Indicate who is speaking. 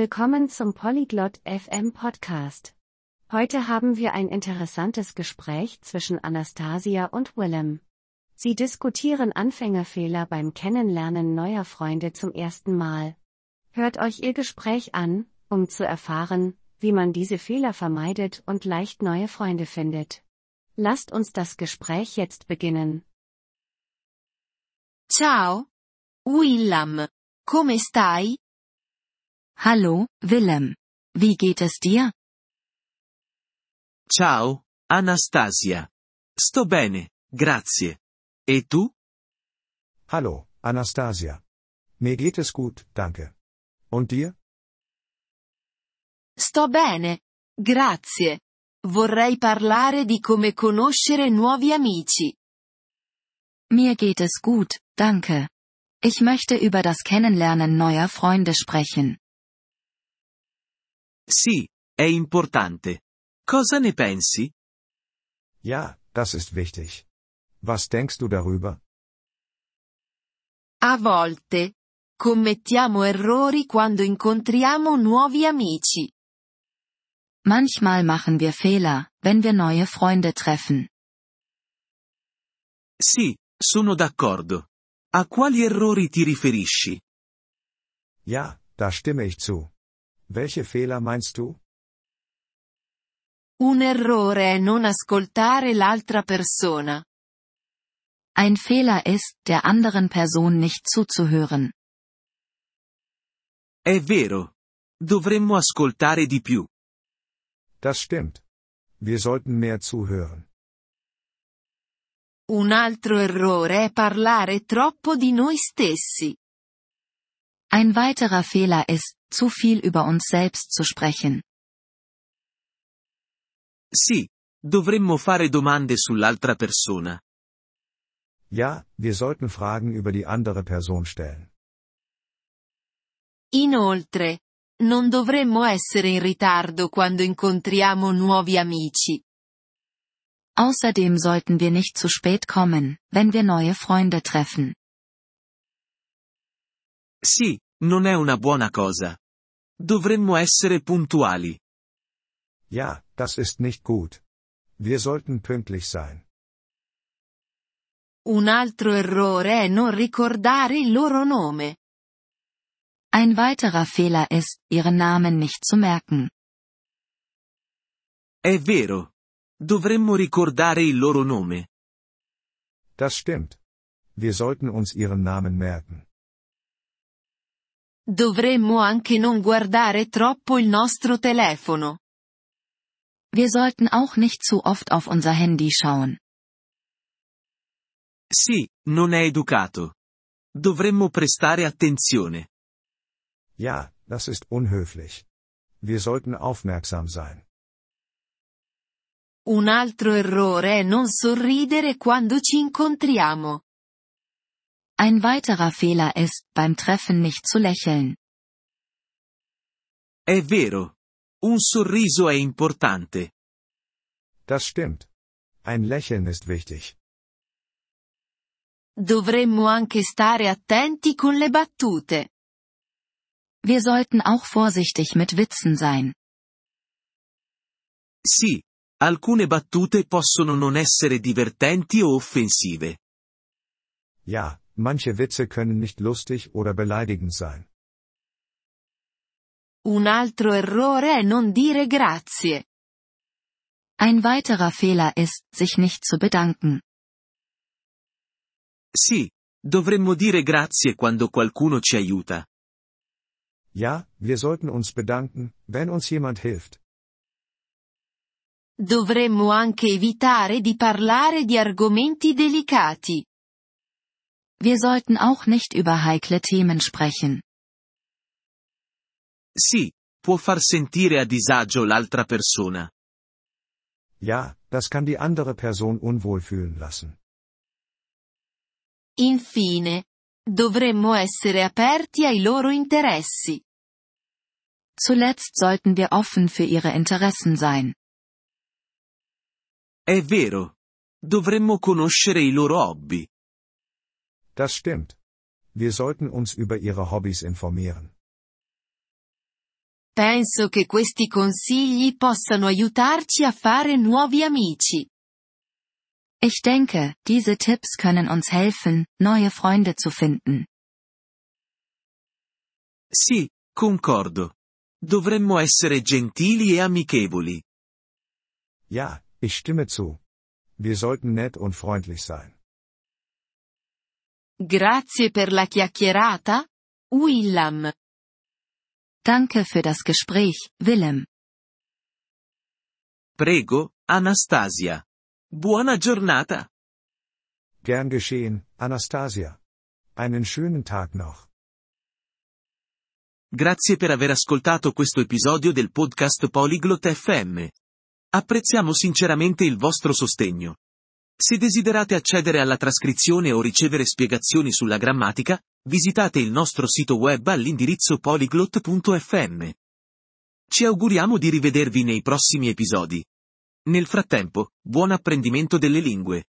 Speaker 1: Willkommen zum Polyglot FM Podcast. Heute haben wir ein interessantes Gespräch zwischen Anastasia und Willem. Sie diskutieren Anfängerfehler beim Kennenlernen neuer Freunde zum ersten Mal. Hört euch ihr Gespräch an, um zu erfahren, wie man diese Fehler vermeidet und leicht neue Freunde findet. Lasst uns das Gespräch jetzt beginnen.
Speaker 2: Ciao. Willam. Come stai?
Speaker 3: Hallo, Willem. Wie geht es dir?
Speaker 4: Ciao, Anastasia. Sto bene, grazie. E tu?
Speaker 5: Hallo, Anastasia. Mir geht es gut, danke. Und dir?
Speaker 2: Sto bene. Grazie. Vorrei parlare di come conoscere nuovi amici.
Speaker 3: Mir geht es gut, danke. Ich möchte über das Kennenlernen neuer Freunde sprechen.
Speaker 4: Sì, è importante. Cosa ne pensi?
Speaker 5: Ja, das ist wichtig. Was denkst du darüber?
Speaker 2: A volte. Commettiamo errori quando incontriamo nuovi amici.
Speaker 3: Manchmal machen wir Fehler, wenn wir neue Freunde treffen.
Speaker 4: Sì, sono d'accordo. A quali errori ti riferisci?
Speaker 5: Ja, da stimme ich zu. Welche Fehler meinst du?
Speaker 2: Un errore è non ascoltare l'altra persona.
Speaker 3: Ein Fehler ist, der anderen Person nicht zuzuhören.
Speaker 4: È vero. Dovremmo ascoltare di più.
Speaker 5: Das stimmt. Wir sollten mehr zuhören.
Speaker 2: Un altro errore è parlare troppo di noi stessi.
Speaker 3: Ein weiterer Fehler ist, zu viel über uns selbst zu sprechen.
Speaker 4: Sì, dovremmo fare domande sull'altra persona.
Speaker 5: Ja, wir sollten Fragen über die andere Person stellen.
Speaker 2: Inoltre, non dovremmo essere in ritardo quando incontriamo nuovi amici.
Speaker 3: Außerdem sollten wir nicht zu spät kommen, wenn wir neue Freunde treffen.
Speaker 4: Sì, non è una buona cosa. Dovremmo essere puntuali.
Speaker 5: Ja, das ist nicht gut. Wir sollten pünktlich sein.
Speaker 2: Un altro errore è non ricordare il loro nome.
Speaker 3: Ein weiterer Fehler ist, ihren Namen nicht zu merken.
Speaker 4: È vero. Dovremmo ricordare il loro nome.
Speaker 5: Das stimmt. Wir sollten uns ihren Namen merken.
Speaker 2: Dovremmo anche non guardare troppo il nostro telefono.
Speaker 3: Wir sollten auch nicht zu oft auf unser Handy schauen.
Speaker 4: Sì, non è educato. Dovremmo prestare attenzione.
Speaker 5: Ja, das ist unhöflich. Wir sollten aufmerksam sein.
Speaker 2: Un altro errore è non sorridere quando ci incontriamo.
Speaker 3: Ein weiterer Fehler ist, beim Treffen nicht zu lächeln.
Speaker 4: È vero. Un sorriso è importante.
Speaker 5: Das stimmt. Ein Lächeln ist wichtig.
Speaker 2: Dovremmo anche stare attenti con le battute.
Speaker 3: Wir sollten auch vorsichtig mit Witzen sein.
Speaker 4: Sì, alcune battute possono non essere divertenti o offensive.
Speaker 5: Ja, manche Witze können nicht lustig oder beleidigend sein.
Speaker 2: Un altro errore è non dire grazie.
Speaker 3: Ein weiterer Fehler ist, sich nicht zu bedanken.
Speaker 4: Sì, dovremmo dire grazie quando qualcuno ci aiuta.
Speaker 5: Ja, wir sollten uns bedanken, wenn uns jemand hilft.
Speaker 2: Dovremmo anche evitare di parlare di argomenti delicati.
Speaker 3: Wir sollten auch nicht über heikle Themen sprechen.
Speaker 4: Sì, può far sentire a disagio l'altra persona.
Speaker 5: Ja, das kann die andere Person unwohl fühlen lassen.
Speaker 2: Infine, dovremmo essere aperti ai loro interessi.
Speaker 3: Zuletzt sollten wir offen für ihre Interessen sein.
Speaker 4: È vero. Dovremmo conoscere i loro hobby.
Speaker 5: Das stimmt. Wir sollten uns über ihre Hobbys informieren.
Speaker 2: Penso che questi consigli possano aiutarci a fare nuovi amici.
Speaker 3: Ich denke, diese Tipps können uns helfen, neue Freunde zu finden.
Speaker 4: Sì, concordo. Dovremmo essere gentili e amichevoli.
Speaker 5: Ja, ich stimme zu. Wir sollten nett und freundlich sein.
Speaker 2: Grazie per la chiacchierata, Willam.
Speaker 3: Danke für das Gespräch, Willem.
Speaker 4: Prego, Anastasia. Buona giornata.
Speaker 5: Gern geschehen, Anastasia. Einen schönen Tag noch.
Speaker 4: Grazie per aver ascoltato questo episodio del podcast Polyglot FM. Apprezziamo sinceramente il vostro sostegno. Se desiderate accedere alla trascrizione o ricevere spiegazioni sulla grammatica, visitate il nostro sito web all'indirizzo polyglot.fm. Ci auguriamo di rivedervi nei prossimi episodi. Nel frattempo, buon apprendimento delle lingue.